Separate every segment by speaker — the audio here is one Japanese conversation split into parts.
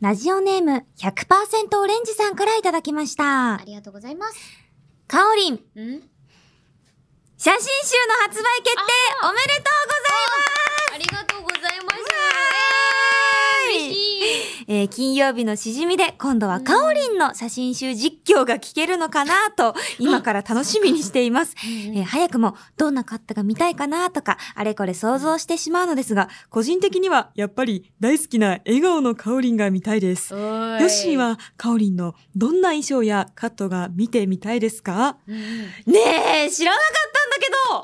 Speaker 1: ラジオネーム100%オレンジさんからいただきました
Speaker 2: あ。りがとうございます。
Speaker 1: かおりん、
Speaker 2: うん
Speaker 1: 写真集の発売決定おめでとうございます
Speaker 2: ありがとうございます。
Speaker 1: わーい
Speaker 2: 嬉しい。
Speaker 1: えー金曜日のしじみで今度はかおりんの写真集実況が聞けるのかなと今から楽しみにしています。えー早くもどんなカットが見たいかなとかあれこれ想像してしまうのですが個人的にはやっぱり大好きな笑顔のかおりんが見たいです。
Speaker 2: おーい
Speaker 1: ヨッシー、はかおりんのどんな衣装やカットが見てみたいですか
Speaker 2: うんうん
Speaker 1: ねえ知らなかったんだ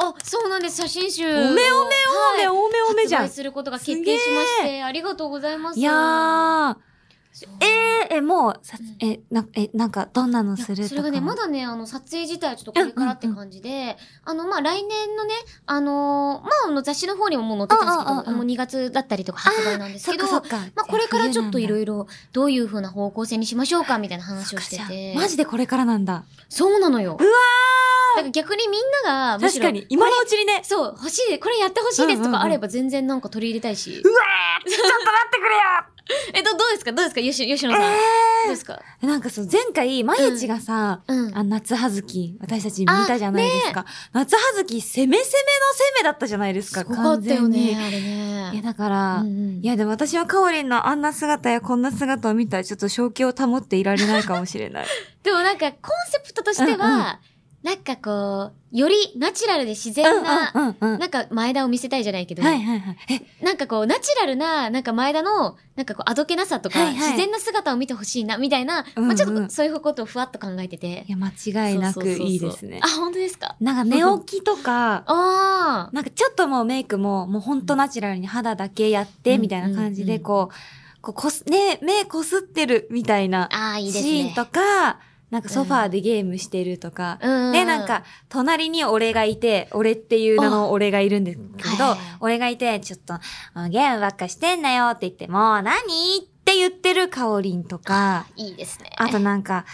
Speaker 2: あ、そうなんです。写真集。お
Speaker 1: けどおめおめおめ
Speaker 2: お
Speaker 1: おめおめじゃん
Speaker 2: することが決定しまし
Speaker 1: すげ
Speaker 2: て、ありがとうございます。
Speaker 1: いやー
Speaker 2: そう、
Speaker 1: えー、え、もう、さ
Speaker 2: うん
Speaker 1: え、な、え、なんか、どんなの
Speaker 2: いや
Speaker 1: するとか。
Speaker 2: それがね、まだね、あの、撮影自体はちょっとこれからって感じで、あの、まあ、来年のね、あのーまあ、あの、雑誌の方にももう載ってたんですけど、
Speaker 1: うんうんうんうん
Speaker 2: もう2月だったりとか発売なんです
Speaker 1: そっ
Speaker 2: けど、
Speaker 1: かそっか。
Speaker 2: まあ、これからちょっといろ
Speaker 1: い
Speaker 2: いろ、どういう風な方向性にしましょうか、みたいな話をしてて。
Speaker 1: マジでこれからなんだ。
Speaker 2: そうなのよ。
Speaker 1: うわ
Speaker 2: だから逆にみんなが、むし
Speaker 1: 確か
Speaker 2: ろ
Speaker 1: に、今のうちにね、
Speaker 2: そう、欲しい、これやってほしいですとかあれば全然なんか取り入れたいし。
Speaker 1: うわーちょっと待ってくれよ
Speaker 2: え、ど、どうですかどうですかよし、吉野さん。どう
Speaker 1: え
Speaker 2: ですか
Speaker 1: ーなんかそう、前回、まゆちがさ、
Speaker 2: うん。
Speaker 1: あ夏葉月、私たち見たじゃないですか。夏葉月、攻め攻めの攻めだったじゃないですか、
Speaker 2: すごかったよ
Speaker 1: 完全に
Speaker 2: ね、あれね。
Speaker 1: いや、だから、
Speaker 2: うんう
Speaker 1: い
Speaker 2: ん
Speaker 1: や、でも私はカオリンのあんな姿やこんな姿を見たら、ちょっと正気を保っていられないかもしれ ない。
Speaker 2: でもなんかコンセプトとして
Speaker 1: うんうん
Speaker 2: は、なんかこう、よりナチュラルで自然な、
Speaker 1: うんうんうんうん。
Speaker 2: なんか前田を見せたいじゃないけど、
Speaker 1: はいはいはい。え、
Speaker 2: なんかこう、ナチュラルな、なんか前田の、なんかこう、あどけなさとか、
Speaker 1: はいはい
Speaker 2: 自然な姿を見てほしいな、みたいな、
Speaker 1: うんうん
Speaker 2: まあちょっとそういうことをふわっと考えてて
Speaker 1: い。や、間違いなくいいですね
Speaker 2: そうそうそう。そうあ、本当ですか
Speaker 1: なんか寝起きとか、
Speaker 2: ああ。
Speaker 1: なんかちょっともうメイクも、もうほんとナチュラルに肌だけやって、
Speaker 2: うん
Speaker 1: みたいな感じ
Speaker 2: うん
Speaker 1: で、
Speaker 2: うん
Speaker 1: こう、こうこす、ね、目こすってるみたいな
Speaker 2: ああ、いいですね。
Speaker 1: シーンとか、なんかソファーでゲームしてるとか、
Speaker 2: うん。
Speaker 1: で、なんか、隣に俺がいて、俺っていう名の俺がいるんですけど
Speaker 2: あはいはい、
Speaker 1: 俺がいて、ちょっと、あゲームばっかしてんなよって言って、もう何って言ってるかおりんとか、
Speaker 2: いいですね。
Speaker 1: あとなんか、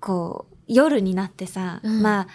Speaker 1: こう、夜になってさ、
Speaker 2: うん
Speaker 1: まあ、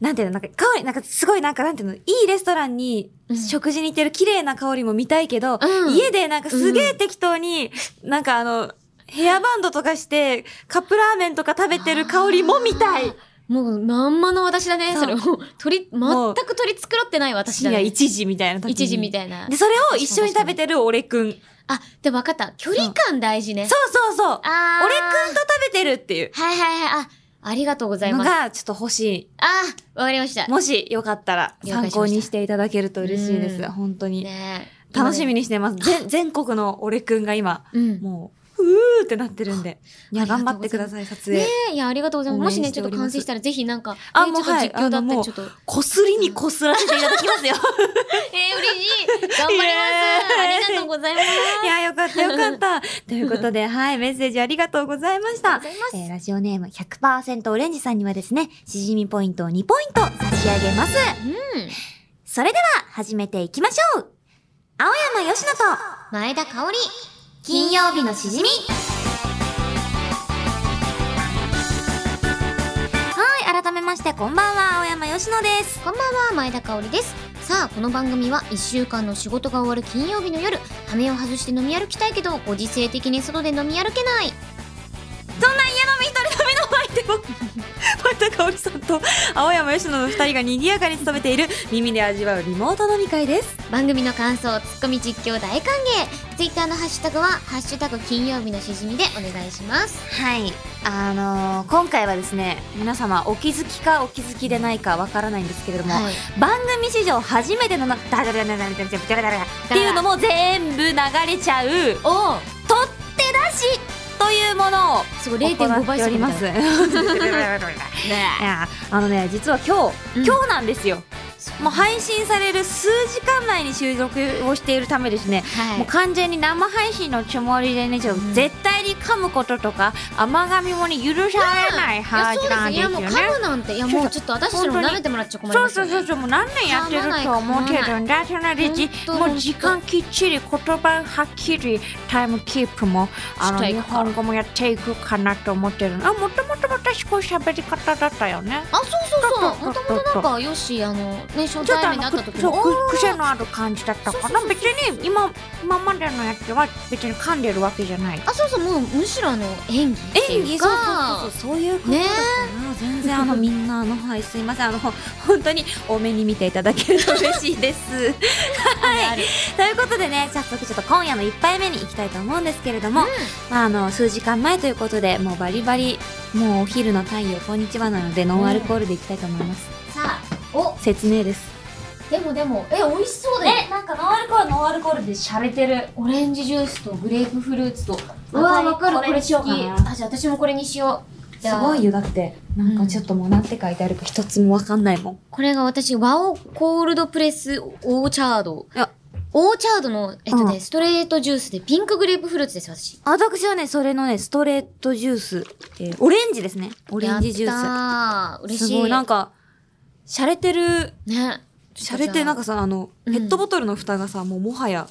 Speaker 1: なんていうの、なんか香り、なんかすごいなんかなんていうの、いいレストランに
Speaker 2: うん
Speaker 1: 食事に行ってる綺麗な香りも見たいけど、
Speaker 2: うん
Speaker 1: 家でなんかすげえ適当に、なんかあの、ヘアバンドとかして、カップラーメンとか食べてる香りも見たい
Speaker 2: あー。もう、まんまの私だね。
Speaker 1: そう
Speaker 2: それを、取り、全
Speaker 1: もう
Speaker 2: く取り繕ってない私だ
Speaker 1: 深夜
Speaker 2: ね。
Speaker 1: 1時みたいな時に。
Speaker 2: 一時みたいな
Speaker 1: で、。それを一緒に食べてる俺くん。
Speaker 2: あ、でも分かった。距離感大事ね。
Speaker 1: そうそうそう。
Speaker 2: あー
Speaker 1: 俺くんと食べてるっていう
Speaker 2: はいはいはい。あ、ありがとうござい
Speaker 1: の
Speaker 2: ます。あ
Speaker 1: が、ちょっと欲しい。
Speaker 2: ー、わかりました。
Speaker 1: もしよかったら
Speaker 2: 了
Speaker 1: 参
Speaker 2: 解しました
Speaker 1: 考にしていただけると嬉しいです。
Speaker 2: うん
Speaker 1: 本当に。
Speaker 2: ねえ
Speaker 1: 楽しみ。にしてます。全全国の俺くんが今、
Speaker 2: 今ねうん。
Speaker 1: もう、ふーってなってるんで。いや、
Speaker 2: ありがと
Speaker 1: 頑
Speaker 2: う
Speaker 1: 張ってください、撮影。
Speaker 2: ねえ、いや、ありがとうございます。
Speaker 1: 応
Speaker 2: も
Speaker 1: 援
Speaker 2: しね、
Speaker 1: し
Speaker 2: ち
Speaker 1: て
Speaker 2: ょ
Speaker 1: お
Speaker 2: っと
Speaker 1: ります
Speaker 2: 完成したら、ぜひなんか、
Speaker 1: あ
Speaker 2: ね
Speaker 1: もう
Speaker 2: ちょっと
Speaker 1: はい
Speaker 2: 実況だ
Speaker 1: あ
Speaker 2: っ
Speaker 1: の
Speaker 2: た
Speaker 1: も
Speaker 2: り、
Speaker 1: う
Speaker 2: ちょっと。えー、
Speaker 1: こすりにこすらせていただきますよ。
Speaker 2: 嬉しい。頑張
Speaker 1: イ
Speaker 2: ります。
Speaker 1: エーイ
Speaker 2: ありがとうございます。
Speaker 1: いや、よかった、よか った。ということで、はい、メッセージありがとうございました。
Speaker 2: ありがとうございます
Speaker 1: えーラジオネーム100%オレンジさんにはですね、しじみポイントを2ポイント差し上げます。
Speaker 2: うん。
Speaker 1: それでは、始めていきましょう青山よしのと、
Speaker 2: 前田香織。
Speaker 1: 金曜日のしじみはい、改めまして、こんばんは、青山よしのです。
Speaker 2: こんばんは、前田香織です。さあ、この番組は1週間の仕事が終わる金曜日の夜、羽目を外して飲み歩きたいけど、ご時世的に外で飲み歩けない。
Speaker 1: そんな家飲み一人飲みの相手を前田香織さんと青山佳乃の二人が賑やかに務めている耳で味わうリモート飲み会です
Speaker 2: 番組の感想、ツッコミ実況大歓迎。ツイッターのハッシュタグは、ハッシュタグ金曜日のしじみでお願いします。
Speaker 1: はいあのー今回はですね皆様お気づきかお気づきでないかわからないんですけれども、
Speaker 2: はい。
Speaker 1: 番組史上初めてのなダダダダダダダダダダダダっていうのも全部流れちゃう取って
Speaker 2: お
Speaker 1: 出しというものを
Speaker 2: すごい
Speaker 1: 行
Speaker 2: 0.5
Speaker 1: っ
Speaker 2: 倍
Speaker 1: てお
Speaker 2: 速
Speaker 1: り
Speaker 2: みた
Speaker 1: ま
Speaker 2: い
Speaker 1: す
Speaker 2: な。
Speaker 1: いやあのね実は今日、
Speaker 2: うん
Speaker 1: 今日なんですよもう
Speaker 2: は
Speaker 1: 配信される数時間内に収録をしているためですね、
Speaker 2: い。
Speaker 1: もう完全に生配信のつもりでね、ちょっと
Speaker 2: うん
Speaker 1: 絶対に噛むこととか、甘噛みもに許されない
Speaker 2: や
Speaker 1: は
Speaker 2: そう
Speaker 1: ず
Speaker 2: で
Speaker 1: な
Speaker 2: す
Speaker 1: ん
Speaker 2: い
Speaker 1: です
Speaker 2: や
Speaker 1: よね
Speaker 2: もう。噛むなんていやもうちょっと私たちも舐めてもらっちゃ困り
Speaker 1: そ
Speaker 2: ま
Speaker 1: う
Speaker 2: す
Speaker 1: そ
Speaker 2: よ
Speaker 1: う
Speaker 2: ね
Speaker 1: そうそうもう何年やってると思ってるんだそんなレジ
Speaker 2: 噛まない
Speaker 1: もう時間きっちり言葉はっきりタイムキープもあの
Speaker 2: してい
Speaker 1: 日
Speaker 2: くから
Speaker 1: 本語もやっていくかなと思ってるあもともと私こういう喋り方だったよね
Speaker 2: あそうそうそうそうもともとなんかヨッシーあのね初
Speaker 1: ちょっと
Speaker 2: 対
Speaker 1: あ
Speaker 2: 面
Speaker 1: の
Speaker 2: で会った
Speaker 1: く
Speaker 2: 時
Speaker 1: そ
Speaker 2: も
Speaker 1: うく癖のある感じだったから
Speaker 2: そうそうそうそう
Speaker 1: 別に今今までのやつは別に噛んでるわけじゃない
Speaker 2: あそうそうもうむしろあの演技っていう
Speaker 1: そう
Speaker 2: か
Speaker 1: そうそうそうそういうことだったな、全然あのみんなあのはいすいませんあのほ本当に多めに見ていただけると嬉しいです
Speaker 2: ある
Speaker 1: ということでね早速ちょっと今夜の1杯目に行きたいと思うんですけれども、
Speaker 2: うん
Speaker 1: まあ、あの数時間前ということでもうバリバリもうお昼の太陽こんにちはなのでノンアルコールでいきたいと思います、
Speaker 2: さあお
Speaker 1: 説明です
Speaker 2: でもでもえ美味しそうだよ
Speaker 1: えなんかノンアルコールノンアルコールで洒落てる
Speaker 2: オレンジジュースとグレープフルーツと
Speaker 1: うわわかるこれにしようかな
Speaker 2: あじゃあ私もこれにしよう
Speaker 1: すごい
Speaker 2: よ
Speaker 1: よだってなんかちょっともうなんて書いてあるか一つもわかんないもん
Speaker 2: これが私ワオコールドプレスオーチャード
Speaker 1: いや
Speaker 2: オーチャードのえっとね、
Speaker 1: うん
Speaker 2: ストレートジュースでピンクグレープフルーツです私
Speaker 1: 私はねそれのねストレートジュース、えーオレンジですねオ
Speaker 2: オ
Speaker 1: レンジジュー
Speaker 2: ース
Speaker 1: ス
Speaker 2: 嬉しい
Speaker 1: すごいなんか
Speaker 2: か
Speaker 1: 洒落てる
Speaker 2: ね
Speaker 1: 洒落てなんかさあの
Speaker 2: うん
Speaker 1: ペットボトルの蓋がさもうもはや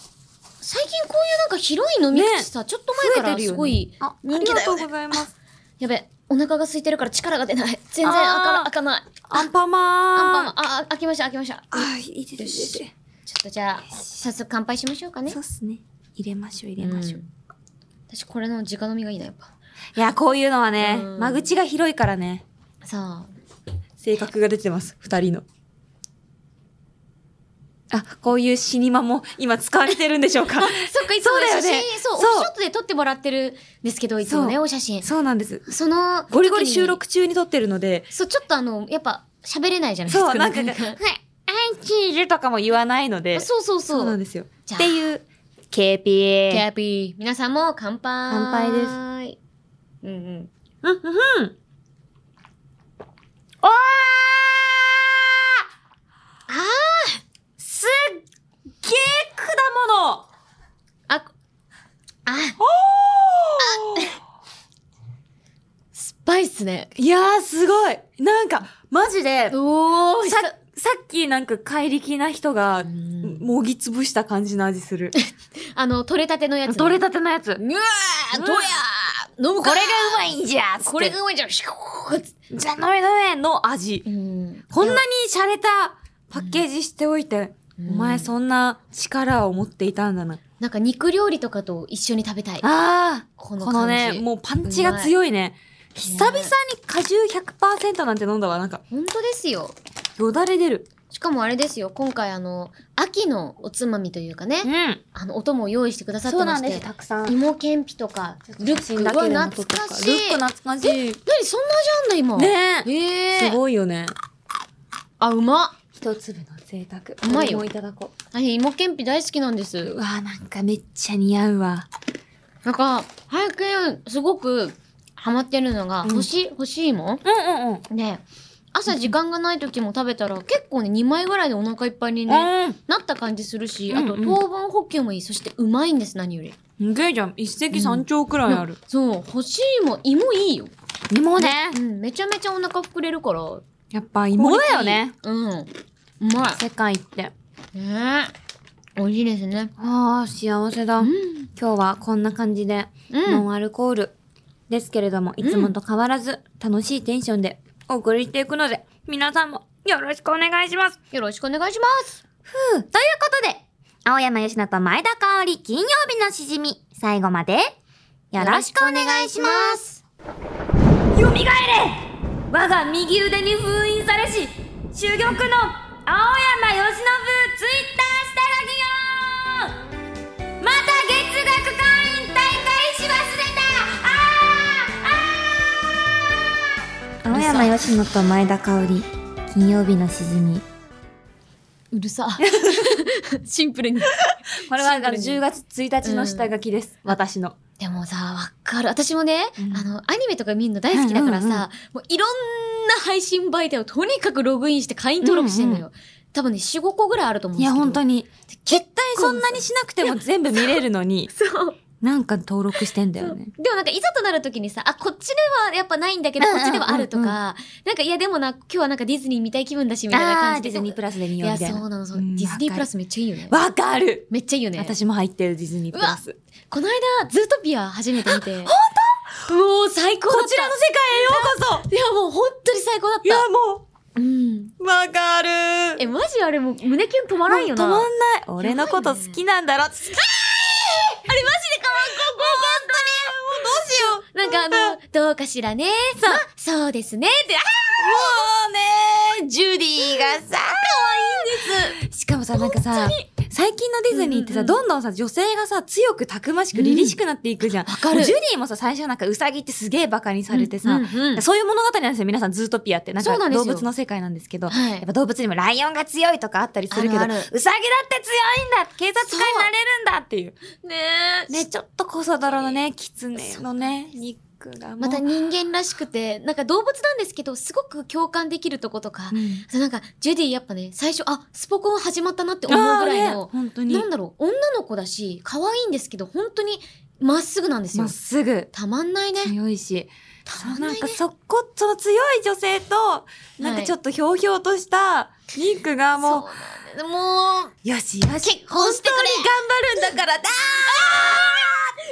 Speaker 2: 最近こういうなんか広い飲み口さ、ちょっと前
Speaker 1: 増
Speaker 2: か
Speaker 1: え
Speaker 2: ら
Speaker 1: てる
Speaker 2: す
Speaker 1: よ
Speaker 2: ご
Speaker 1: ね
Speaker 2: い
Speaker 1: ああ
Speaker 2: 人
Speaker 1: り
Speaker 2: 気
Speaker 1: が
Speaker 2: だ
Speaker 1: と
Speaker 2: よ
Speaker 1: う
Speaker 2: ね
Speaker 1: ございます
Speaker 2: やべお腹が空いてるから力が出ない全然開
Speaker 1: あー
Speaker 2: か開かない
Speaker 1: アンパン
Speaker 2: あ
Speaker 1: マン
Speaker 2: アンパンマンああ開きました開きました
Speaker 1: あいいですいいです
Speaker 2: よちょっとじゃあ早速乾杯しましょうかね
Speaker 1: そうっすね入れましょう入れましょう、
Speaker 2: うん私これの直飲みがいいなやっぱ
Speaker 1: いやこういうのはね、
Speaker 2: うん
Speaker 1: 間口が広いからね
Speaker 2: さあ
Speaker 1: 性格が出てます、二人の。あ、こういうシニマも今使われてるんでしょう か
Speaker 2: そっかいつ
Speaker 1: そ
Speaker 2: も
Speaker 1: うだよ
Speaker 2: 写
Speaker 1: ね
Speaker 2: 真そうオフ
Speaker 1: そう
Speaker 2: ショットで撮ってもらってるんですけどいつもね
Speaker 1: そう
Speaker 2: お写真
Speaker 1: そうなんです。
Speaker 2: その
Speaker 1: ゴリゴリ
Speaker 2: 時に
Speaker 1: 収録中に撮ってるので、
Speaker 2: そうちょっとあのやっぱ喋れないじゃないです
Speaker 1: そ
Speaker 2: か
Speaker 1: う、なんか、
Speaker 2: な
Speaker 1: ね、
Speaker 2: かなか
Speaker 1: アンチールとかも言わないので、
Speaker 2: あそうそうそう
Speaker 1: なんですよ。
Speaker 2: じゃ
Speaker 1: っ
Speaker 2: あ
Speaker 1: ていう、KPA。
Speaker 2: キャピー皆さんも乾杯
Speaker 1: 乾杯
Speaker 2: 杯ですうんうん
Speaker 1: うん、うん、うん。おー
Speaker 2: あ
Speaker 1: すっげー果物
Speaker 2: あああ
Speaker 1: おー
Speaker 2: スパイスね
Speaker 1: いやーすごいなんか、マジで、
Speaker 2: お
Speaker 1: ささっきなんか怪力な人がもぎつぶした感じの味する。
Speaker 2: あの取れたてのやつね
Speaker 1: 取れたてのやつ。
Speaker 2: うわー
Speaker 1: うん
Speaker 2: どうやー飲む
Speaker 1: こ
Speaker 2: か
Speaker 1: れがうまいんじゃ
Speaker 2: こ
Speaker 1: こ
Speaker 2: れ
Speaker 1: れ
Speaker 2: が
Speaker 1: が、
Speaker 2: うまいじゃんシュコーッつって
Speaker 1: じゃ、のれのれの味。
Speaker 2: うん
Speaker 1: こんなに洒落たパッケージしておいて、お前そんな力を持っていたんだな。
Speaker 2: なんか肉料理とかと一緒に食べたい。
Speaker 1: あ
Speaker 2: こ
Speaker 1: あ
Speaker 2: の
Speaker 1: この
Speaker 2: 感じ。
Speaker 1: ね、もうパンチが強いね。久々に果汁100%なんて飲んだわ。なんか、
Speaker 2: 本当ですよ。
Speaker 1: よだれ出る。
Speaker 2: しかもあれですよ、今回あの、秋のおつまみというかね、
Speaker 1: ん。
Speaker 2: あの、お供を用意してくださって
Speaker 1: そう
Speaker 2: ま
Speaker 1: なん
Speaker 2: し
Speaker 1: です、
Speaker 2: て、
Speaker 1: たくさん。
Speaker 2: 芋けんぴとか、ルック、うわ懐かし
Speaker 1: ル
Speaker 2: い。
Speaker 1: ック懐かしい。
Speaker 2: 何そんな味あんだ今。
Speaker 1: ね
Speaker 2: え
Speaker 1: え。
Speaker 2: ー、
Speaker 1: すごいよね。
Speaker 2: あ、うまっ。
Speaker 1: 一粒の贅沢。
Speaker 2: うまいよ
Speaker 1: これもいただこ
Speaker 2: あ芋けんぴ大好きなんで
Speaker 1: う。う
Speaker 2: す。
Speaker 1: わーなんかめっちゃ似合うわ。
Speaker 2: なんか、最近、すごく、ハマってるのが、
Speaker 1: うん
Speaker 2: 干し、干し芋
Speaker 1: うんうんうん。
Speaker 2: で、朝時間がない時も食べたら、結構ね、2枚ぐらいでお腹いっぱいにね、
Speaker 1: ね、
Speaker 2: なった感じするし、
Speaker 1: うん
Speaker 2: あと
Speaker 1: うん
Speaker 2: 糖分補給もいい。そしてうまいんです、何より。
Speaker 1: うん。げえじゃん。一石三鳥くらいある。
Speaker 2: そう、欲しいも芋いいよ。
Speaker 1: 芋ね。
Speaker 2: うん、めちゃめちゃお腹膨れるから。
Speaker 1: やっぱ芋だよね。
Speaker 2: うん。うま
Speaker 1: 世界って。
Speaker 2: い。ねえ。美味しいですね。
Speaker 1: ああ、幸せだ。
Speaker 2: う
Speaker 1: 今
Speaker 2: ん。
Speaker 1: 日はこんな感じで、
Speaker 2: う
Speaker 1: ノ
Speaker 2: ん。
Speaker 1: ンアルコールですけれども、いつもと変わらず楽しいテンションでお送りしていくので、皆さんもよろしくお願いします。
Speaker 2: よろしくお願いします。
Speaker 1: ということで、青山よしと前田香織金曜日のしじみ、最後までよろしくお願いします。
Speaker 2: す。
Speaker 1: 蘇れ我が右腕に封印されし、修行区の青山よしツイッター下書きよまた月額会員大会し忘れたあーあー
Speaker 2: 青山よ
Speaker 1: しのと前田香織金曜日のしじみ。
Speaker 2: うるさ。 シンプルに。
Speaker 1: これはあの
Speaker 2: シンプルに
Speaker 1: 10月1日の下書きです。私の。
Speaker 2: でもさ、わかる。私もね、
Speaker 1: うん
Speaker 2: あの、アニメとか見るの大好きだからさ、
Speaker 1: うんうんうん
Speaker 2: もういろんな配信媒体をとにかくログインして会員登録してんのよ。
Speaker 1: う
Speaker 2: 多分ね、4、5個ぐらいあると思うん
Speaker 1: い
Speaker 2: です
Speaker 1: や、
Speaker 2: けど。
Speaker 1: 本当
Speaker 2: に。
Speaker 1: に。
Speaker 2: 結
Speaker 1: そんなにしなくても全部見れるのに、
Speaker 2: そう。
Speaker 1: なんか登録してんだよね。
Speaker 2: でもなんかいざとなるときにさ、あ、こっちではやっぱないんだけど、
Speaker 1: うん
Speaker 2: こ
Speaker 1: うん
Speaker 2: っちではあるとか、なんかいやでもな、今日はなんかディズニー見たい気分だし、みたいな
Speaker 1: あ
Speaker 2: 感
Speaker 1: ー
Speaker 2: じで。
Speaker 1: ディズニープラスで見
Speaker 2: い
Speaker 1: よう
Speaker 2: や、
Speaker 1: みたい
Speaker 2: そ
Speaker 1: な。
Speaker 2: うなの、そう
Speaker 1: うん
Speaker 2: ディズニープラ
Speaker 1: わか
Speaker 2: スめっちゃいいよね
Speaker 1: る。わかる
Speaker 2: めっちゃいいよね。
Speaker 1: 私も入ってるディズニープラス。
Speaker 2: この間、ズートピア初めて見て。本当もう最高だった。
Speaker 1: こちらの世界へようこ
Speaker 2: いやもう本当に最高だっ
Speaker 1: そいや
Speaker 2: た。
Speaker 1: もう、
Speaker 2: うん。
Speaker 1: わかる
Speaker 2: え、マジあれもう胸キュン止まらんよな。
Speaker 1: もう止まんない。俺のこと好きなんだろ。好き
Speaker 2: あれマジで可愛い
Speaker 1: どうしよう
Speaker 2: なんかあの、どうかしらね。そう。そうですね。って、あ
Speaker 1: もうね、ジュディがさ、
Speaker 2: 可愛いんです。
Speaker 1: しかもさ、なんかさ、最近のディズニーってさ、
Speaker 2: うんうん
Speaker 1: どんどんさ、女性がさ、強くたくましく凛々しくなっていくじゃん。
Speaker 2: わかる
Speaker 1: ジュディもさ、最初はなんかウサギってすげえバカにされてさ、
Speaker 2: うんうんうん
Speaker 1: そういう物語なんですよ、皆さん、ズートピアって。なん
Speaker 2: そうな
Speaker 1: か
Speaker 2: んです
Speaker 1: 動
Speaker 2: よ
Speaker 1: 物の世界なんですけど、
Speaker 2: はい
Speaker 1: やっぱ動物にもライオンが強いとかあったりするけど、
Speaker 2: あるある
Speaker 1: ウサギだって強いんだ警察官になれるんだっていう。
Speaker 2: ねえ。
Speaker 1: ね、ちょっとコソ泥のね、キツネのね、肉がもう
Speaker 2: また人間らしくて、なんか動物なんですけど、すごく共感できるとことか
Speaker 1: う。ん
Speaker 2: あとなんか、ジュディやっぱね、最初、あ、スポコン始まったなって思うぐらい
Speaker 1: あーね
Speaker 2: の、
Speaker 1: 本当に
Speaker 2: なんだろう、女の子だし、可愛いんですけど、本当にまっすぐなんです
Speaker 1: ま
Speaker 2: よ
Speaker 1: っ。すぐ
Speaker 2: たまんないね。
Speaker 1: 強いし、
Speaker 2: た
Speaker 1: そ
Speaker 2: ま
Speaker 1: うん
Speaker 2: な
Speaker 1: ないん
Speaker 2: ね
Speaker 1: か。そこその強い女性となんかちょっとひょうひょうとしたリンクがもう
Speaker 2: そうなんだよもう、
Speaker 1: よしよし
Speaker 2: 結婚してくれ
Speaker 1: 本当に頑張るんだからだ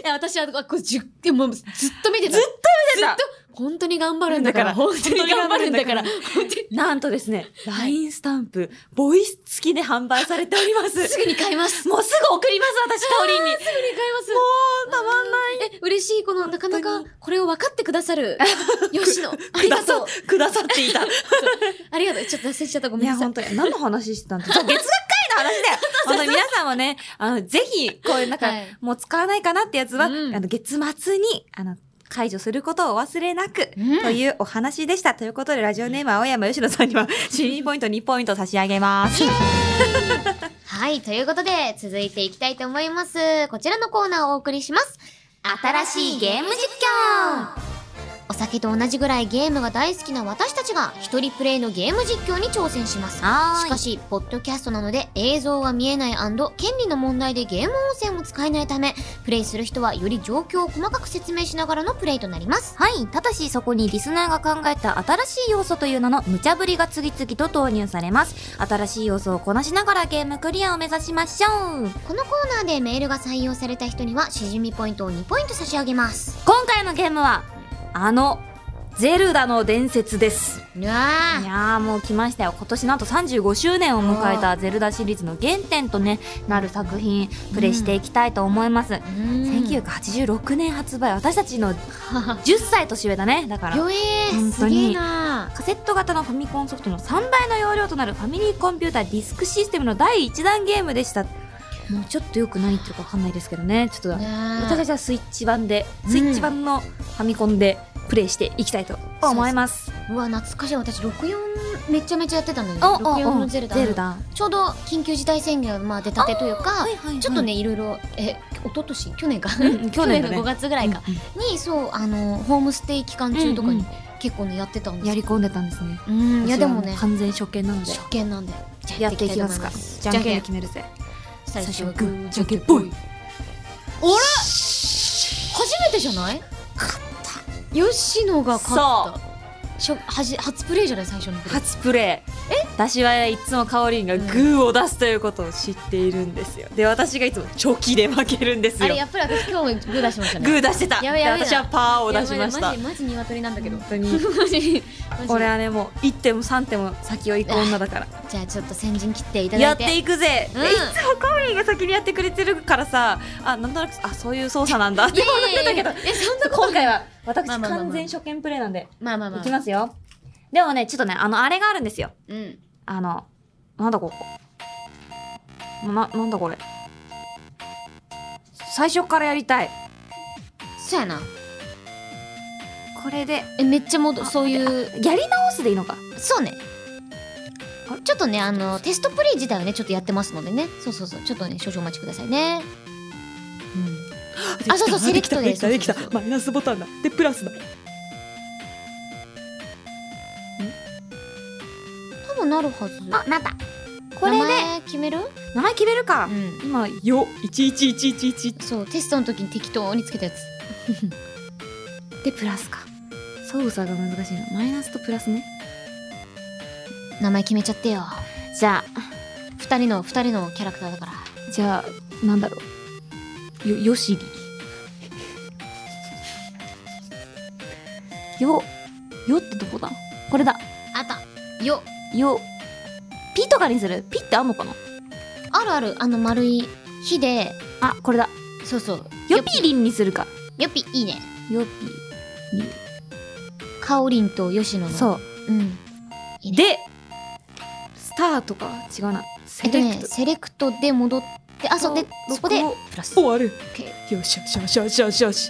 Speaker 2: いや私は、あこれ10、えもうずっと見てた。
Speaker 1: ずっと見てた
Speaker 2: ずっと本当に頑張るんだから。
Speaker 1: だから
Speaker 2: 本当に頑張るんだから。本 当に。
Speaker 1: なんとですね、
Speaker 2: は
Speaker 1: LINE スタンプボイス付きで販売されております
Speaker 2: すぐに買います。
Speaker 1: もうすぐ送ります私かおりんにもう
Speaker 2: すぐに買います。
Speaker 1: たまんない
Speaker 2: い。え、嬉しい。この、なかなか
Speaker 1: 本、
Speaker 2: これを分かってくだ さる。吉野。あり
Speaker 1: く
Speaker 2: が
Speaker 1: だ
Speaker 2: とう
Speaker 1: さ。くださっていたい
Speaker 2: ありがとう。ちょっと忘れちゃった。ごめん
Speaker 1: や
Speaker 2: なさい
Speaker 1: 本。当に何の話してたんだ月額会の話 だよ本当に皆さんもねあのぜひこういうなんか、
Speaker 2: はい
Speaker 1: もう使わないかなってやつは、
Speaker 2: うん
Speaker 1: あの月末にあの解除することをお忘れなく、
Speaker 2: うん
Speaker 1: というお話でした。ということで、ラジオネームは青山吉野さんには、主任ポイント2ポイント差し上げます。
Speaker 2: はい。ということで、続いていきたいと思います。こちらのコーナーをお送りします。新しいゲーム実況お酒と同じぐらいゲームが大好きな私たちが一人プレイのゲーム実況に挑戦します。
Speaker 1: はーい
Speaker 2: しかし、ポッドキャストなので映像が見えない権利の問題でゲーム音声も使えないため、プレイする人はより状況を細かく説明しながらのプレイとなります。
Speaker 1: はい。ただし、そこにリスナーが考えた新しい要素という名の無茶ぶりが次々と投入されます。新しい要素をこなしながらゲームクリアを目指しましょう。
Speaker 2: このコーナーでメールが採用された人には、しじみポイントを2ポイント差し上げます。
Speaker 1: 今回のゲームは、あの、ゼルダの伝説です。
Speaker 2: うわ
Speaker 1: いやーもう来ましたよ。今年なんと35周年を迎えたゼルダシリーズの原点とね、なる作品、プレイしていきたいと思います。
Speaker 2: ー。うん
Speaker 1: 1986年発売、私たちの10歳年上だね。だから。
Speaker 2: よえー、
Speaker 1: 本
Speaker 2: す
Speaker 1: 当
Speaker 2: げえ
Speaker 1: に
Speaker 2: な
Speaker 1: カセット型のファミコンソフトの3倍の容量となるファミリーコンピュータディスクシステムの第1弾ゲームでしたもうちょっとよく何言ってるか分かんないですけどねちょっと
Speaker 2: ね
Speaker 1: 私たちはスイッチ版で
Speaker 2: うん
Speaker 1: スイッチ版のファミコンでプレイしていきたいと思います、
Speaker 2: うわ懐かしい私64めちゃめちゃやってたんだよ
Speaker 1: お
Speaker 2: ね64のゼルダ
Speaker 1: ゼルダ
Speaker 2: ちょうど緊急事態宣言がまあ出たてというか
Speaker 1: いはいはい
Speaker 2: ちょっとね、いろいろえ一昨年去年か
Speaker 1: うん去年だね
Speaker 2: の5月ぐらいか、にそうあのホームステイ期間中とか
Speaker 1: うんう
Speaker 2: に
Speaker 1: ん
Speaker 2: 結構ねやってたんです
Speaker 1: やり込んでたんですね
Speaker 2: うんいやでもね
Speaker 1: 私は完全初見なので
Speaker 2: 初見なんでじゃ
Speaker 1: や
Speaker 2: あ
Speaker 1: っていきますか
Speaker 2: やっていきたいと思います
Speaker 1: じゃんけんで決めるぜ
Speaker 2: 最初
Speaker 1: 最
Speaker 2: は
Speaker 1: 初
Speaker 2: グ
Speaker 1: はグ
Speaker 2: ー
Speaker 1: ー
Speaker 2: じゃんけん
Speaker 1: ぽ
Speaker 2: ぽ
Speaker 1: い
Speaker 2: いあれ初めてじゃない勝った吉野が勝ったしょはじ初プレイじゃない最初のプレイ
Speaker 1: 初プレイ私はいつもかおりんがグーを出すということを知っているんですよで私がいつもチョキで負けるんです
Speaker 2: あ
Speaker 1: よ
Speaker 2: れやっぱり私今日もグー出しましたね
Speaker 1: グー出してた
Speaker 2: やべやべ
Speaker 1: で私はパーを出しまし
Speaker 2: やば
Speaker 1: た
Speaker 2: いマジマジ鶏なんだけど
Speaker 1: 本
Speaker 2: マ
Speaker 1: 当に
Speaker 2: ジマジ
Speaker 1: 俺はねもう1点も3点も先を行く女だから
Speaker 2: じゃあちょっと先陣切っていただ
Speaker 1: や
Speaker 2: い
Speaker 1: ってていくぜ、
Speaker 2: うん
Speaker 1: でいつもカオリンが先にやってくれてるからさあなんとなくあそういう操作なんだっ
Speaker 2: い
Speaker 1: て
Speaker 2: や
Speaker 1: 思っ
Speaker 2: い
Speaker 1: て
Speaker 2: やい
Speaker 1: た
Speaker 2: やい
Speaker 1: け
Speaker 2: や
Speaker 1: ど
Speaker 2: いやそんなこと
Speaker 1: 今回は私
Speaker 2: まあまあまあまあ
Speaker 1: 完全初見プレイなんで
Speaker 2: まあまあまあ
Speaker 1: いきますよでもねちょっとねあのあれがあるんですよ
Speaker 2: うん
Speaker 1: あのなんだここななんだこれ最初からやりたい
Speaker 2: そうやな
Speaker 1: これで
Speaker 2: えめっちゃもどそういう
Speaker 1: やり直すでいいのか
Speaker 2: そうねちょっとねあのテストプレイ自体はねちょっとやってますのでねそうそうそうちょっとね少々お待ちくださいねあそうそうセレクトで
Speaker 1: できたできた
Speaker 2: そうそうそう
Speaker 1: マイナスボタンだでプラスだ
Speaker 2: 多分なるはず
Speaker 1: あなったこれで
Speaker 2: 名前決める
Speaker 1: 名前決めるか、
Speaker 2: うん
Speaker 1: 今よ一一一一一
Speaker 2: そうテストの時に適当につけたやつ
Speaker 1: でプラスか操作が難しいのマイナスとプラスね
Speaker 2: 名前決めちゃってよ
Speaker 1: じゃあ
Speaker 2: 二人の二人のキャラクターだから
Speaker 1: じゃあなんだろうよよしりよよってどこだこれだ
Speaker 2: あったよ、
Speaker 1: よ、ピとかにするピってあんのかな
Speaker 2: あるある、あの丸い火で、
Speaker 1: あ、これだ。
Speaker 2: そうそう。
Speaker 1: よぴりんにするか。
Speaker 2: よぴ、いいね。
Speaker 1: よ
Speaker 2: かおりんと吉野の。
Speaker 1: ぴ。そう。
Speaker 2: う。うん。いいね
Speaker 1: で、スターとか違うな。
Speaker 2: え
Speaker 1: セ
Speaker 2: っと
Speaker 1: レ
Speaker 2: ね
Speaker 1: ク、ト。
Speaker 2: セレクトで戻って、あ、そうで、
Speaker 1: 録音
Speaker 2: そこで、プラス。
Speaker 1: 終わる。
Speaker 2: OK
Speaker 1: よしよしよしよしよしよし。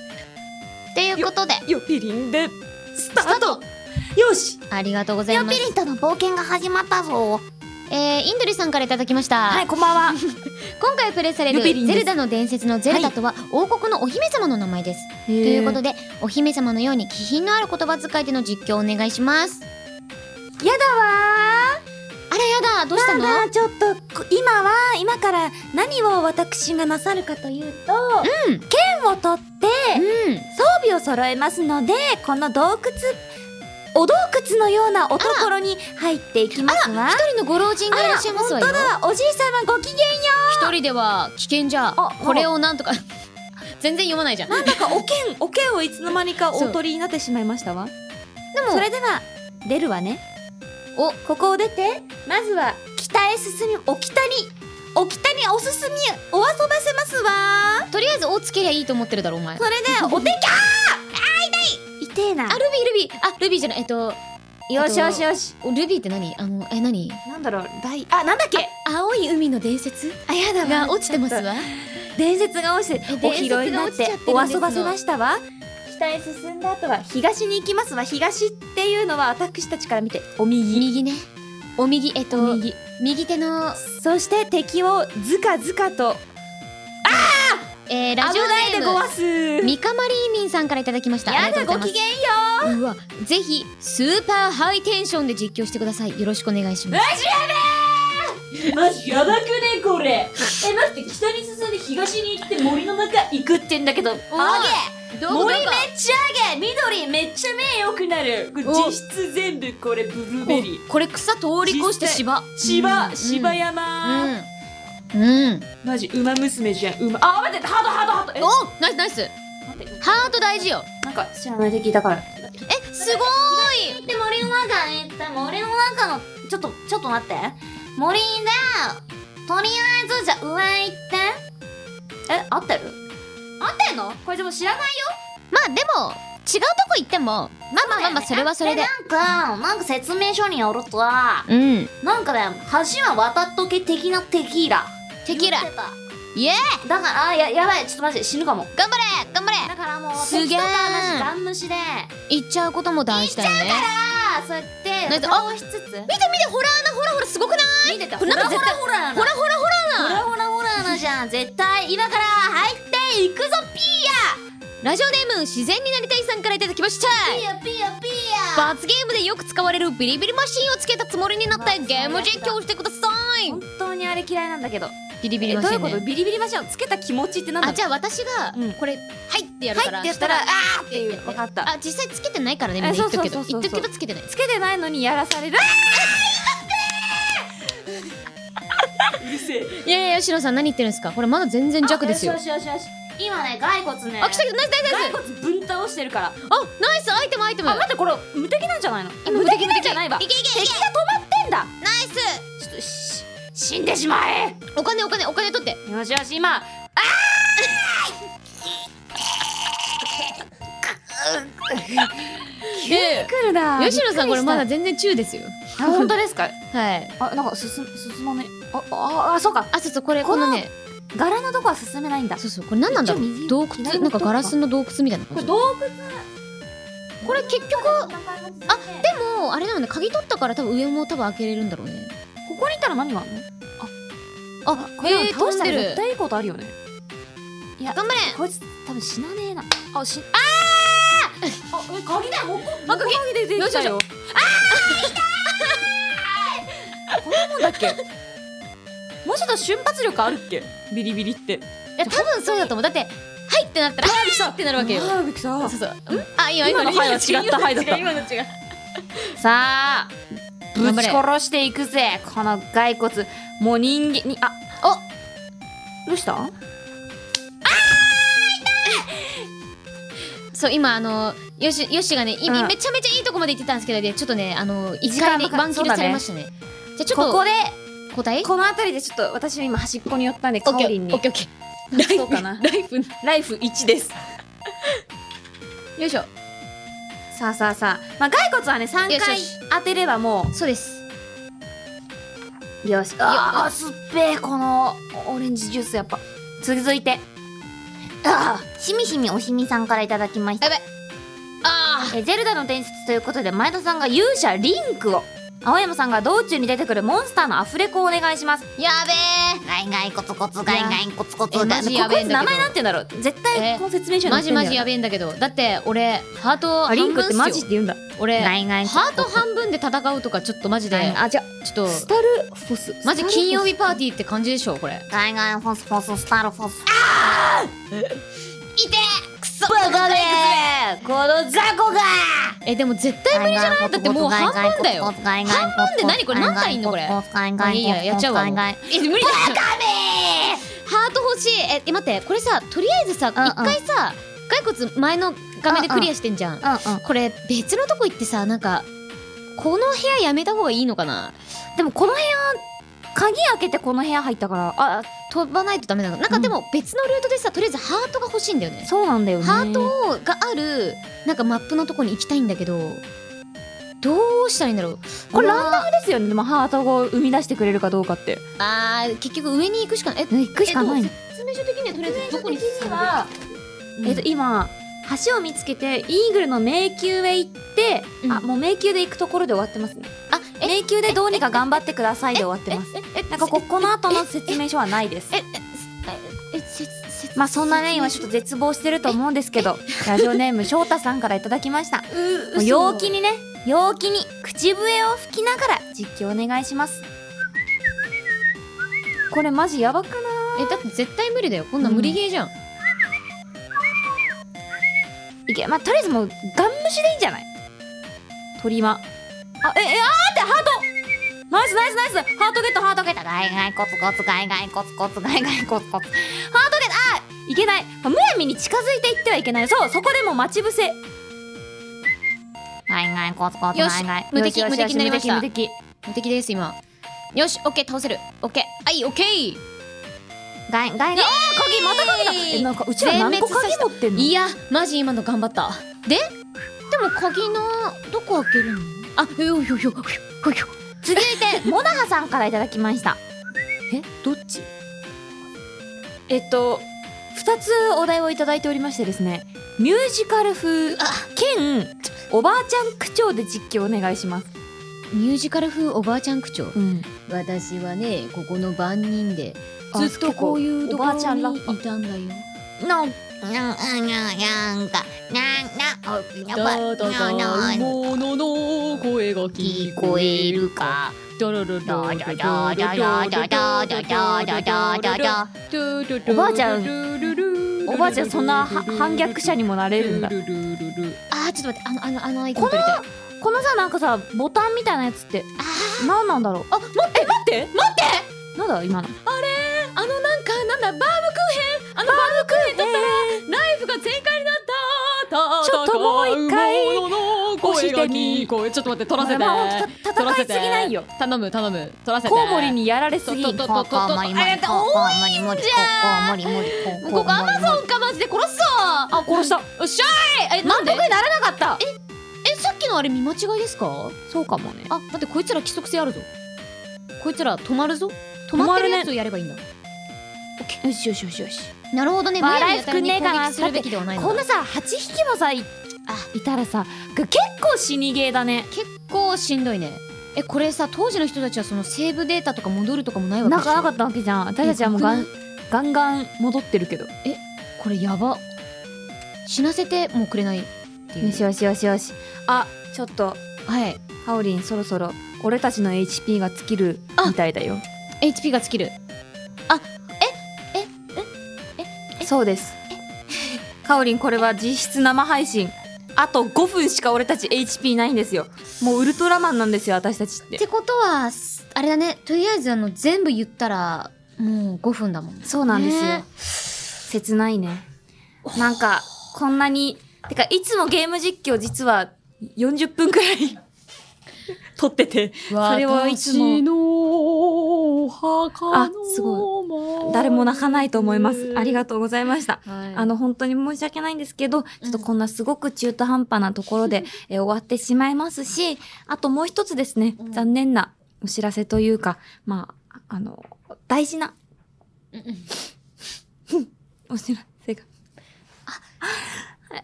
Speaker 2: ということで、
Speaker 1: よぴりんで、スター
Speaker 2: スタ
Speaker 1: トよし
Speaker 2: ありがとうござい
Speaker 1: よ
Speaker 2: ま
Speaker 1: ぴ
Speaker 2: す。
Speaker 1: りんとの冒険が始まったぞ。
Speaker 2: えー、インドリさんからいただきました。
Speaker 1: はい、こんばんは。
Speaker 2: 今回プレイされる
Speaker 1: ルビリン
Speaker 2: ゼ
Speaker 1: です
Speaker 2: ルダの伝説のゼルダとは王国のお姫様の名前です。
Speaker 1: と
Speaker 2: ということ
Speaker 1: で、
Speaker 2: で、お姫様のように気品のある言葉遣いでの実況をお願いします。
Speaker 1: やだわー。
Speaker 2: あらやだ、どうしたの
Speaker 1: ただちょっとこ今は今から何を私がなさるかというと、
Speaker 2: うん
Speaker 1: 剣を取って
Speaker 2: うん。
Speaker 1: 装備を揃えますのでこの洞窟お洞窟のようなおところに入っていきますわ
Speaker 2: 一人のご老人がいらっしゃいますわよ
Speaker 1: 本。当だおじい様ごきげんよ
Speaker 2: 一人では危険じゃ
Speaker 1: あ。
Speaker 2: これをなんとか 全然読まないじゃん。
Speaker 1: うなんだかお剣お剣をいつの間にかお取りになってしまいましたわ
Speaker 2: でも
Speaker 1: それでは出るわね
Speaker 2: お
Speaker 1: ここを出てまずは北へ進みお北にお北にお進みお遊ばせますわ
Speaker 2: とりあえずおつけりゃいいと思ってるだろお前。あ
Speaker 1: それ で、お天気、あーあー、痛い痛いえな。
Speaker 2: ルビールビーあルビーじゃないえっと
Speaker 1: よしよしよし。
Speaker 2: ルビーって何あのえ何
Speaker 1: なんだろう、大、あ、なんだっけ
Speaker 2: 青い海の伝説
Speaker 1: あ、やだ
Speaker 2: が落ちてますわ。
Speaker 1: 伝説が落ち
Speaker 2: え
Speaker 1: て、お披露目になって
Speaker 2: 伝説が落ちちゃってるんです、の
Speaker 1: お遊ばせましたわ。北へ進んだ後は、東に行きますわ。東っていうのは、私たちから見て、お右。
Speaker 2: 右ね。お右えっと
Speaker 1: 右。
Speaker 2: 右手の
Speaker 1: そして、敵をずかずかと、
Speaker 2: えー、ラ
Speaker 1: 危
Speaker 2: ジオ
Speaker 1: ないで
Speaker 2: ネー
Speaker 1: ご
Speaker 2: ム
Speaker 1: わす。や
Speaker 2: ミカマリーミンさんからいただきました。あり
Speaker 1: だ、
Speaker 2: がとう
Speaker 1: ご
Speaker 2: ざい
Speaker 1: きげんよ
Speaker 2: ますうわ、ぜひスーパーハイテンションで実況してください。よろしくお願いします。
Speaker 1: う。マジやばくね、これ。え、待って、北に進んで東に行って森の中行くってんだけど、
Speaker 2: あげどこどこ
Speaker 1: 森めっちゃ上げ緑めっちゃ目良くなるこれ
Speaker 2: お
Speaker 1: 実質全部これブルーベリー
Speaker 2: これ草通り越して芝
Speaker 1: 芝
Speaker 2: うん
Speaker 1: 芝山、
Speaker 2: うん、うん、
Speaker 1: マジ馬娘じゃん馬あ待ってハードハードハードえ
Speaker 2: おナイスナイス
Speaker 1: 待って
Speaker 2: ハート大事よ
Speaker 1: なんか知らない敵だからえ
Speaker 2: えすごーい
Speaker 1: で森の中に行った森の中のちょっとちょっと待って森でとりあえずじゃ上行ってえ合ってる合ってんのこれでも知らない
Speaker 2: まあでも違うとこ行ってもまあまあまあまあそれはそれで
Speaker 1: なんかなんか説明書によると
Speaker 2: うん
Speaker 1: なんかね、橋は渡っとけ的なテキーラ。
Speaker 2: テキーラ
Speaker 1: 言ってた
Speaker 2: イエーイ
Speaker 1: だから、あ、や、やばい、ちょっと待って、死ぬかも。
Speaker 2: 頑張れ頑張
Speaker 1: だ
Speaker 2: れ
Speaker 1: からもう、
Speaker 2: すげー
Speaker 1: 敵とか私、ガン無視で、
Speaker 2: 行っちゃうことも大事だよね
Speaker 1: あー、そうや
Speaker 2: な
Speaker 1: っ
Speaker 2: ん
Speaker 1: て、
Speaker 2: か
Speaker 1: 倒しつつ、
Speaker 2: 見て見てホラーなホラーほらすごくない
Speaker 1: 見てた。ほ
Speaker 2: これなん
Speaker 1: らほ
Speaker 2: か
Speaker 1: ら
Speaker 2: 絶対
Speaker 1: ほら
Speaker 2: ホ
Speaker 1: な。
Speaker 2: ラホラホラ
Speaker 1: ほ
Speaker 2: ーな
Speaker 1: らほらほらなじゃん。絶対、今から入っていくぞ、ピ
Speaker 2: ラジオネーム自然になりたいさんからいただきました
Speaker 1: ーや、ピーや、ピーや。
Speaker 2: 罰ゲームでよく使われるビリビリマシンをつけたつもりになってゲーム実況をしてください
Speaker 1: 本当にあれ嫌いなんだけど。
Speaker 2: ビリビ
Speaker 1: え、ど
Speaker 2: リマ
Speaker 1: うい
Speaker 2: シ
Speaker 1: う
Speaker 2: ンね
Speaker 1: ことビリビリマシンをつけた気持ちってなんだ
Speaker 2: あじゃあ私が
Speaker 1: うん
Speaker 2: これ「はい」ってやるか
Speaker 1: 入
Speaker 2: ら
Speaker 1: ってやったら、あーっていう。わかった。
Speaker 2: あ実際つけてないからねみん
Speaker 1: あ
Speaker 2: な言っとくけ
Speaker 1: そ
Speaker 2: ど
Speaker 1: うそ
Speaker 2: 言
Speaker 1: う
Speaker 2: っ
Speaker 1: そう
Speaker 2: と
Speaker 1: そ
Speaker 2: く
Speaker 1: う
Speaker 2: けどつけてない
Speaker 1: つけてないのにやらされる。うるせえ。
Speaker 2: いやいや吉野さん何言ってるんですかこれまだ全然弱ですよ
Speaker 1: あ
Speaker 2: あ
Speaker 1: よしよしよしよし今ね骸骨ね
Speaker 2: 来た来たナイスナイスナイス
Speaker 1: 骸骨分倒してるからあ
Speaker 2: あナイスアイテムアイテム
Speaker 1: 待ってこれ無敵なんじゃないの
Speaker 2: 今無
Speaker 1: 無
Speaker 2: 敵
Speaker 1: 敵なんじゃないわ
Speaker 2: い
Speaker 1: 敵
Speaker 2: けいけいけ
Speaker 1: が止まってんだ
Speaker 2: ナイス
Speaker 1: ちょっとし死んでしまえ
Speaker 2: お金お金お金取って
Speaker 1: よしよし今あ
Speaker 2: え
Speaker 1: 来るな
Speaker 2: え吉野さんこれまだ
Speaker 1: あ
Speaker 2: 全然中ですよ
Speaker 1: 本当ですか
Speaker 2: はい
Speaker 1: あなんか進進まないあああそうか
Speaker 2: あそうそうこれ
Speaker 1: こ
Speaker 2: こ
Speaker 1: の
Speaker 2: のね
Speaker 1: 柄のとこは進めないんだ
Speaker 2: そうそうこれ何なんだろ
Speaker 1: 一応右
Speaker 2: う洞
Speaker 1: 左の
Speaker 2: 窟
Speaker 1: とこ
Speaker 2: なんかガラスの洞窟みたいな
Speaker 1: これ
Speaker 2: 感じ
Speaker 1: 洞窟
Speaker 2: これ結局
Speaker 1: あで
Speaker 2: でもあれだよね鍵取ったから多分上も多分開けれるんだろうね
Speaker 1: ここにいたら何があるの
Speaker 2: あ
Speaker 1: これ
Speaker 2: え
Speaker 1: は
Speaker 2: ー
Speaker 1: 倒
Speaker 2: 飛
Speaker 1: し
Speaker 2: ん
Speaker 1: た
Speaker 2: で
Speaker 1: ら
Speaker 2: る
Speaker 1: 絶対いいことあるよねいや
Speaker 2: 頑張れ
Speaker 1: こいつ多分死なねえなあしああえ鍵だもこ
Speaker 2: あ鍵
Speaker 1: 出てきたよあー痛いこん なもんだっけもうちょっと瞬発力あるっけビリビリって
Speaker 2: いや多分そうだと思うだって「はい」ってなったら「はい」ってなるわけよ
Speaker 1: あーびっくりした
Speaker 2: そうそううんあ今
Speaker 1: 今のはいは違ったはいだった
Speaker 2: 今の違う
Speaker 1: さあぶ
Speaker 2: 頑張
Speaker 1: ち
Speaker 2: れ
Speaker 1: 殺していくぜこの骸骨もう人間にあどうした
Speaker 2: そう、今、あの、よし、よしがね、い
Speaker 1: うん
Speaker 2: めちゃめちゃいいとこまで行ってたんですけどね、ちょっとね、あの、一
Speaker 1: 時
Speaker 2: 回
Speaker 1: 間
Speaker 2: で
Speaker 1: かか
Speaker 2: ワンキ
Speaker 1: そう
Speaker 2: ル
Speaker 1: だね
Speaker 2: されましたね。じゃあちょっ、
Speaker 1: こことで、
Speaker 2: 答え
Speaker 1: この辺りでちょっと私は今端っこに寄ったんで、
Speaker 2: オ
Speaker 1: カ
Speaker 2: ッ
Speaker 1: オ
Speaker 2: ケ
Speaker 1: リン
Speaker 2: ー、オッ
Speaker 1: に。
Speaker 2: ケー、オッケー。
Speaker 1: そうかな。
Speaker 2: ライフ、
Speaker 1: ライフ1です。
Speaker 2: よいしょ。
Speaker 1: さあさあさあ。まあ、骸骨はね、3
Speaker 2: よしよ
Speaker 1: 回
Speaker 2: し
Speaker 1: 当てればも
Speaker 2: そうです。
Speaker 1: う。よし。ああ、すっぺえ、このオレンジジュースやっぱ。続いて。ああ、しみしみおしみさんからいただきました
Speaker 2: や。べ。あ
Speaker 1: えゼルダの伝説ということで前田さんが勇者リンクを青山さんが道中に出てくるモンスターのアフレコをお願いします
Speaker 2: ー、やべえ。
Speaker 3: ガイガイコツコツガイガイコツコツ
Speaker 2: いやえ
Speaker 3: ガ
Speaker 2: マ
Speaker 3: イ
Speaker 2: ジ
Speaker 1: こ
Speaker 2: や
Speaker 1: こ
Speaker 2: べえ
Speaker 1: い
Speaker 2: ん
Speaker 1: つ
Speaker 2: だ
Speaker 1: 名前なん
Speaker 2: けど
Speaker 1: て言うんだろう絶対この説明書に載ってん
Speaker 2: マジ
Speaker 1: だ
Speaker 2: マ
Speaker 1: よ
Speaker 2: ジやべえんだけど。だって、俺、ハート
Speaker 1: あリンク
Speaker 2: 半分
Speaker 1: っ
Speaker 2: ってす
Speaker 1: マジっ
Speaker 2: よ
Speaker 1: て。言うんだ
Speaker 2: 俺、
Speaker 3: ガイガイ
Speaker 2: ハート半分で戦うとか、ちょっとマジで、
Speaker 1: あじゃ
Speaker 2: ちょ
Speaker 1: あ、
Speaker 2: っと
Speaker 1: スタルフォス
Speaker 2: マジ金曜
Speaker 1: 日
Speaker 2: 日パーティーって感じでしょ、これ。
Speaker 3: ガイガイフォスフォススタルフォス
Speaker 2: いてくそ
Speaker 3: バカでーこの雑魚が
Speaker 2: え、でも絶対無理じゃないだってもう半分だよ。
Speaker 3: 半
Speaker 2: 半分で何これ何体いんのこれ
Speaker 3: ガイガ
Speaker 2: あ
Speaker 3: イ
Speaker 2: いいや、やっちゃうわ。もうえ、無理だハート欲しいええ待ってこれさとりあえずさ一、
Speaker 3: んうん
Speaker 2: 回さ骸骨前の画面でクリアしてんじゃん、
Speaker 3: うんうん
Speaker 2: これ別のとこ行ってさなんかこの部屋やめた方がいいのかな
Speaker 1: でもこの部屋鍵開けてこの部屋入ったからあ
Speaker 2: 飛ばないとダメなのなんかでも別のルートでさとりあえずハートが欲しいんだよね
Speaker 1: そうなんだよね
Speaker 2: ハートがあるなんかマップのとこに行きたいんだけどどうしたらいいんだろう
Speaker 1: これランダムですよねでもハートを生み出してくれるかどうかって
Speaker 2: あー結局上に行くしかないえ
Speaker 1: 行くしかない
Speaker 2: えっと説明書的にはとりあえずどこに進んで
Speaker 1: はえっと、今橋を見つけてイーグルの迷宮へ行って、
Speaker 2: うん
Speaker 1: あもう迷宮で行くところで終わってますね
Speaker 2: あえ
Speaker 1: 迷宮でどうにか頑張ってくださいで終わってます
Speaker 2: ええ
Speaker 1: なんかここの後の説明書はないです
Speaker 2: ええええせせ
Speaker 1: まあそんなね今ちょっと絶望してると思うんです けどラジオネーム翔太さんからいただきました
Speaker 2: う
Speaker 1: もう陽気にね陽気に口笛を吹きながら実況お願いしますこれマジやばくない
Speaker 2: えだって絶対無理だよこんなん無理ゲーじゃん、
Speaker 1: いけまあとりあえずもうガン無視でいいんじゃない鳥間あええあーってハートナイスナイスナイスハートゲットハートゲット
Speaker 3: ガイガイコツコツガイガイコツコツガイガイコツコツ
Speaker 1: いけないまあむやみに近づいていってはいけないそうそこでもう待ち伏せ
Speaker 3: ガイガイコツコツ
Speaker 2: よ
Speaker 3: ガ
Speaker 2: し
Speaker 3: イガイ
Speaker 2: 無敵
Speaker 1: よ
Speaker 2: 無
Speaker 1: よ
Speaker 2: 敵になりました
Speaker 1: 無
Speaker 2: 無敵
Speaker 1: 敵無敵
Speaker 2: です今よしオッケー倒せるオッケーはいオッケー
Speaker 3: ガイガイ
Speaker 1: 鍵また鍵だえなんかうちら何個
Speaker 2: 全滅さ
Speaker 1: 鍵
Speaker 2: せた
Speaker 1: 持ってんの
Speaker 2: いやマジ今の頑張ったででも鍵のどこ開けるのあよよよよよよ
Speaker 1: 続いてモナハさんからいただきましたえどっちえっと2つお題をいただいておりましてですねミュージカル風兼おばあちゃん口調で実況お願いします、
Speaker 2: ミュージカル風おばあちゃん口調
Speaker 1: うん
Speaker 2: 私はねここの番人で
Speaker 1: あ
Speaker 2: ずっとこういうとこ
Speaker 1: おば
Speaker 2: ろ
Speaker 1: あ
Speaker 2: に
Speaker 1: ちゃんラッパ
Speaker 2: いたんだよ
Speaker 1: なお
Speaker 3: ニャンニャンニャンかニャンニャンおやばいニャンニャン
Speaker 2: ものの声が
Speaker 3: 聞こえるか
Speaker 2: ドロロロ
Speaker 3: ダダダダダダダダダダダダ
Speaker 1: お
Speaker 2: お
Speaker 1: ばあちゃん
Speaker 2: ん
Speaker 1: おばあちゃんそんなは反逆者にもなれるんだ
Speaker 2: あーちょっと待ってあのあのあのアイコン取りたい
Speaker 1: このさなんかさボタンみたいなやつって
Speaker 2: あ
Speaker 1: 何なんだろうあ待って待って待ってなんだ今の
Speaker 2: ーあのなんかなんだバームクーヘンあのバームクーヘン取ったらライフが全開になった
Speaker 1: ちょっともう一回
Speaker 2: 戦う者の声が聞こえちょっと待って取らせて
Speaker 1: まあまあた
Speaker 2: 取ら
Speaker 1: 戦
Speaker 2: せ
Speaker 1: い
Speaker 2: て
Speaker 1: すぎないよ
Speaker 2: 頼む頼む取らせて
Speaker 1: コウモリにやられすぎ
Speaker 2: とと
Speaker 3: ここもりもりここもりもりここもりもり
Speaker 2: もうここアマゾンかマジで殺すぞ
Speaker 1: あ殺した
Speaker 2: よっしゃーいえなんで
Speaker 1: 得にならなかった
Speaker 2: えさっきのあれ見間違いですか
Speaker 1: そうかもね
Speaker 2: あだってこいつら規則性あるぞこいつら止まるぞ止まってるやつをやればいいんだ、
Speaker 1: よしよしよしよし
Speaker 2: なるほどね
Speaker 1: まあ
Speaker 2: 無理にやた
Speaker 1: ラ
Speaker 2: らに
Speaker 1: イフくんねえかな
Speaker 2: 攻撃するべきではないの
Speaker 1: こ
Speaker 2: か
Speaker 1: んなさ8匹もさいあいたらさ結構死にゲーだね
Speaker 2: 結構しんどいねえこれさ当時の人たちはそのセーブデータとか戻るとかもないわけ
Speaker 1: な
Speaker 2: でしょ
Speaker 1: かなかったわけじゃん私たちはもうガ
Speaker 2: え
Speaker 1: ンガンガン戻ってるけど
Speaker 2: これやば死なせてもうくれないっていう
Speaker 1: よしよしよしよしあちょっと
Speaker 2: はい
Speaker 1: ハオリンそろそろ俺たちの HP が尽きるみたいだよ
Speaker 2: HP が尽きる
Speaker 1: そうですハオリンこれは実質生配信あと5分しか俺たち HP ないんですよもうウルトラマンなんですよ私たちっ
Speaker 2: っててことはすあれだねとりあえずあの全部言ったらもう5分だもん
Speaker 1: そうなんですよ、
Speaker 2: ね
Speaker 1: 切ないねなんかこんなにてか、いつもゲーム実況実は40分くらい撮ってて、それをいつも。
Speaker 4: のお
Speaker 1: あ
Speaker 4: 墓
Speaker 1: す
Speaker 4: ご
Speaker 1: 誰も泣かないと思います。ありがとうございました。
Speaker 4: はい
Speaker 1: あの、本当に申し訳ないんですけど、ちょっとこんなすごく中途半端なところ で、えー終わってしまいますし、あともう一つですね、
Speaker 2: うん
Speaker 1: 残念なお知らせというか、まあ、あの、大事なお知らせが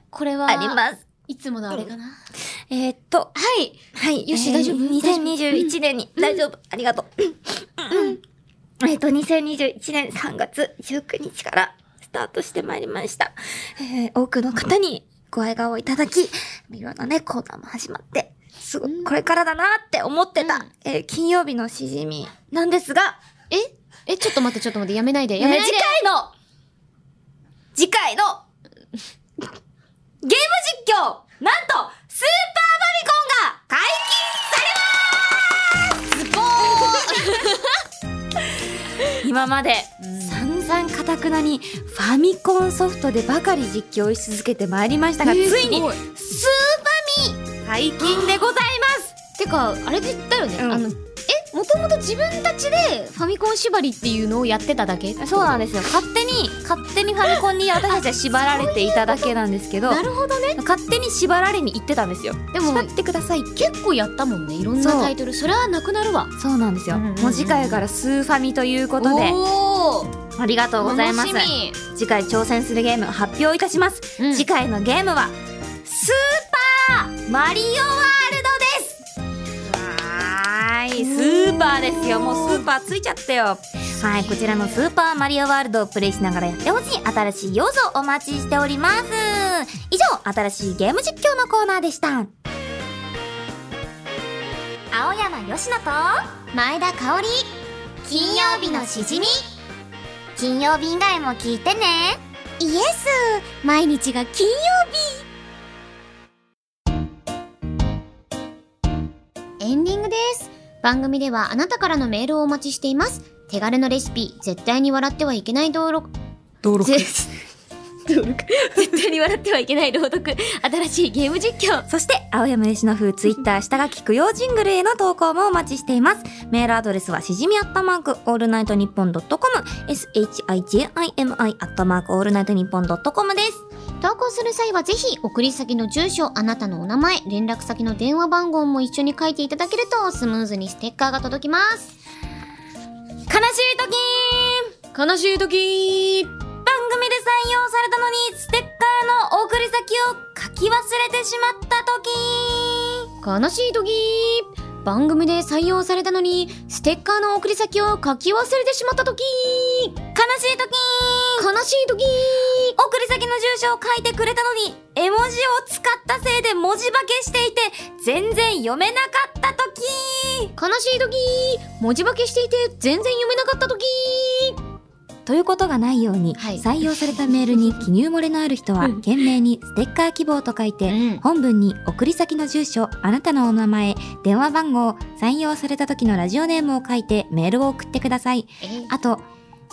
Speaker 2: これは、
Speaker 1: あります。
Speaker 2: いつものあれかな。
Speaker 1: えーっと、
Speaker 2: はい。
Speaker 1: はい、
Speaker 2: よし
Speaker 1: えー
Speaker 2: 大丈夫
Speaker 1: 2021年に、大丈夫、ありがとう。うんえっと、2021年3月19日からスタートしてまいりました。えー多くの方にご愛顔をいただき、いろんなね、コーナーも始まって、すごい、これからだなって思ってた、
Speaker 2: うん
Speaker 1: えー金曜日のしじみなんですが、
Speaker 2: ええ、ちょっと待って、ちょっと待って、やめないで、
Speaker 1: え
Speaker 2: や
Speaker 1: ー
Speaker 2: め
Speaker 1: 次
Speaker 2: ないで。
Speaker 1: 回の、次回の、ゲーム実況、なんと、スーパーファミコンが解禁されます 今まで散々かたくなにファミコンソフトでばかり実況し続けてまいりましたが、ついに
Speaker 4: すご
Speaker 1: スーファミ解禁でございます
Speaker 2: てか、あれでだよね。
Speaker 1: うん
Speaker 2: あの、え、もともと自分たちでファミコン縛りっていうのをやってただけ
Speaker 1: そうなんですよ勝手に勝手にファミコンに私たちは縛られていただけなんですけど
Speaker 2: なるほどね。
Speaker 1: 勝手に縛られに行ってたんですよ
Speaker 2: でも
Speaker 1: 縛ってください
Speaker 2: 結構やったもんね、いろんな
Speaker 1: そう
Speaker 2: タイトル。それはなくなるわ。
Speaker 1: そうなんですよ、
Speaker 2: うんうんうん
Speaker 1: もう次回からスーファミということで
Speaker 2: おー
Speaker 1: ありがとうございます
Speaker 2: 楽し
Speaker 1: 次回挑戦するゲーム発表いたします
Speaker 2: みうん
Speaker 1: 次回のゲームはスーパーマリオワールドですはーいスーパーですよもうスーパーついちゃったよはいこちらのスーパーマリオワールドをプレイしながらやってほしい新しい要素をお待ちしております以上新しいゲーム実況のコーナーでした青山よしのと
Speaker 3: 前田香織金曜日のしじみ金曜日以外も聞いてねイエス毎日が金曜
Speaker 2: エンディングです。番組ではあなたからのメールをお待ちしています。手軽のレシピ、絶対に笑ってはいけない道録。
Speaker 1: 登
Speaker 2: ぜ道録絶対に笑ってはいけない朗読。新しいゲーム実況。
Speaker 1: そして、青山吉野風ツイッター下書き供養ジングルへの投稿もお待ちしています。メールアドレスはしじみアットマークオールナイトニッポンドットコム、shijimi アットマークオールナイトニッポンドットコムです。
Speaker 2: 投稿する際はぜひ、送り先の住所、あなたのお名前、連絡先の電話番号も一緒に書いていただけると、スムーズにステッカーが届きます。
Speaker 1: 悲しい時
Speaker 2: 悲しい時
Speaker 1: 番組で採用されたのに、ステッカーの送り先を書き忘れてしまった時
Speaker 2: 悲しい時番組で採用されたのに、ステッカーの送り先を書き忘れてしまった時
Speaker 1: 悲しい時
Speaker 2: 悲しい時
Speaker 1: 送り先の住所を書いてくれたのに、絵文字を使ったせいで文字化けしていて、全然読めなかった時
Speaker 2: 悲しい時文字化けしていて全然読めなかった時
Speaker 1: ということがないように、
Speaker 2: はい
Speaker 1: 採用されたメールに記入漏れのある人は、
Speaker 2: うん
Speaker 1: 懸命にステッカー希望と書いて、
Speaker 2: うん
Speaker 1: 本文に送り先の住所、あなたのお名前、電話番号、採用された時のラジオネームを書いてメールを送ってください。あと、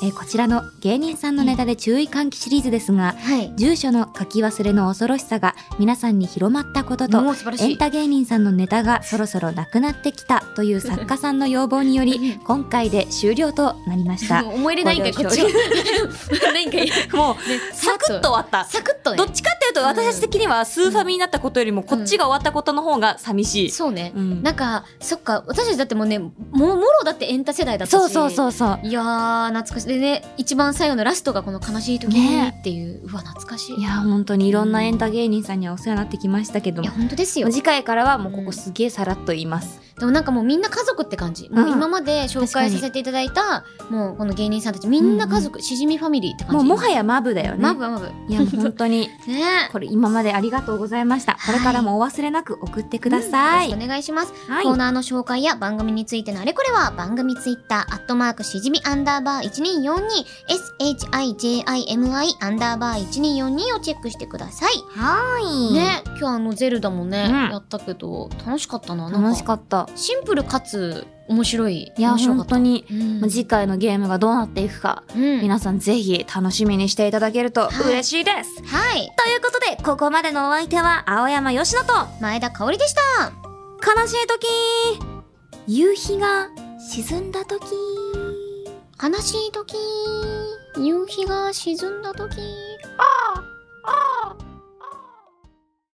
Speaker 1: えーこちらの芸人さんのネタで注意喚起シリーズですが、
Speaker 2: はい
Speaker 1: 住所の書き忘れの恐ろしさが皆さんに広まったことと、
Speaker 2: う素晴ら
Speaker 1: エンタ芸人さんのネタがそろそろなくなってきたという作家さんの要望により、今回で終了となりました。
Speaker 2: 思い入れないんかいこ
Speaker 1: ご
Speaker 2: っ
Speaker 1: 了
Speaker 2: ち
Speaker 1: 承
Speaker 2: は ないんかい
Speaker 1: もう
Speaker 2: サクッと
Speaker 1: 終わった
Speaker 2: サクッとね
Speaker 1: どっちかっていうと
Speaker 2: うん
Speaker 1: 私たち的にはスーファミになったことよりもこっちが終わったことの方が寂しい。
Speaker 2: そうね
Speaker 1: うん
Speaker 2: なんかそっか私たちだってもうねももろだってエンタ世代だったし
Speaker 1: そうそうそううそう。
Speaker 2: いやー懐かしいでね一番最後のラストがこの悲しい時
Speaker 1: ね
Speaker 2: っていううわ懐かしい
Speaker 1: い
Speaker 2: いや
Speaker 1: や本当にいろんなエンタ芸人さんにはお世話になってきましたけども
Speaker 2: 本当ですよ
Speaker 1: 次回からはもうここすげえさらっと言います。
Speaker 2: でもなんかもうみんな家族って感じ、
Speaker 1: ん
Speaker 2: もう今まで紹介させていただいたもうこの芸人さんたちみんな家族、しじみファミリーって感じ
Speaker 1: もうもはやマブだよね。
Speaker 2: マブマブ
Speaker 1: いや本当に
Speaker 2: ね
Speaker 1: これ今までありがとうございました。これからもお忘れなく送ってください。
Speaker 2: よろしくお願いします、
Speaker 1: はい
Speaker 2: コーナーの紹介や番組についてのあれこれは番組ツイッターアットマークしじみアンダーバー124 1242 shijimi アンダーバー1242をチェックしてください。
Speaker 3: はーい。。
Speaker 2: ね、今日あのゼルダもね、
Speaker 1: うん
Speaker 2: やったけど、楽しかったな。なん
Speaker 1: 楽し
Speaker 2: か
Speaker 1: かった。
Speaker 2: シンプルかつ面白い。
Speaker 1: いや、
Speaker 2: 面白か
Speaker 1: 本
Speaker 2: った
Speaker 1: 当。に、
Speaker 2: うん
Speaker 1: まあ次回のゲームがどうなっていくか、
Speaker 2: うん
Speaker 1: 皆さんぜひ楽しみにしていただけると
Speaker 2: はい
Speaker 1: 嬉しいです。
Speaker 2: はい。
Speaker 1: ということで、ここまでのお相手は、青山よしのと、
Speaker 2: 前田香織でした。
Speaker 1: 悲しい時夕日が沈んだ時
Speaker 2: 悲しい時、夕日が沈んだ時。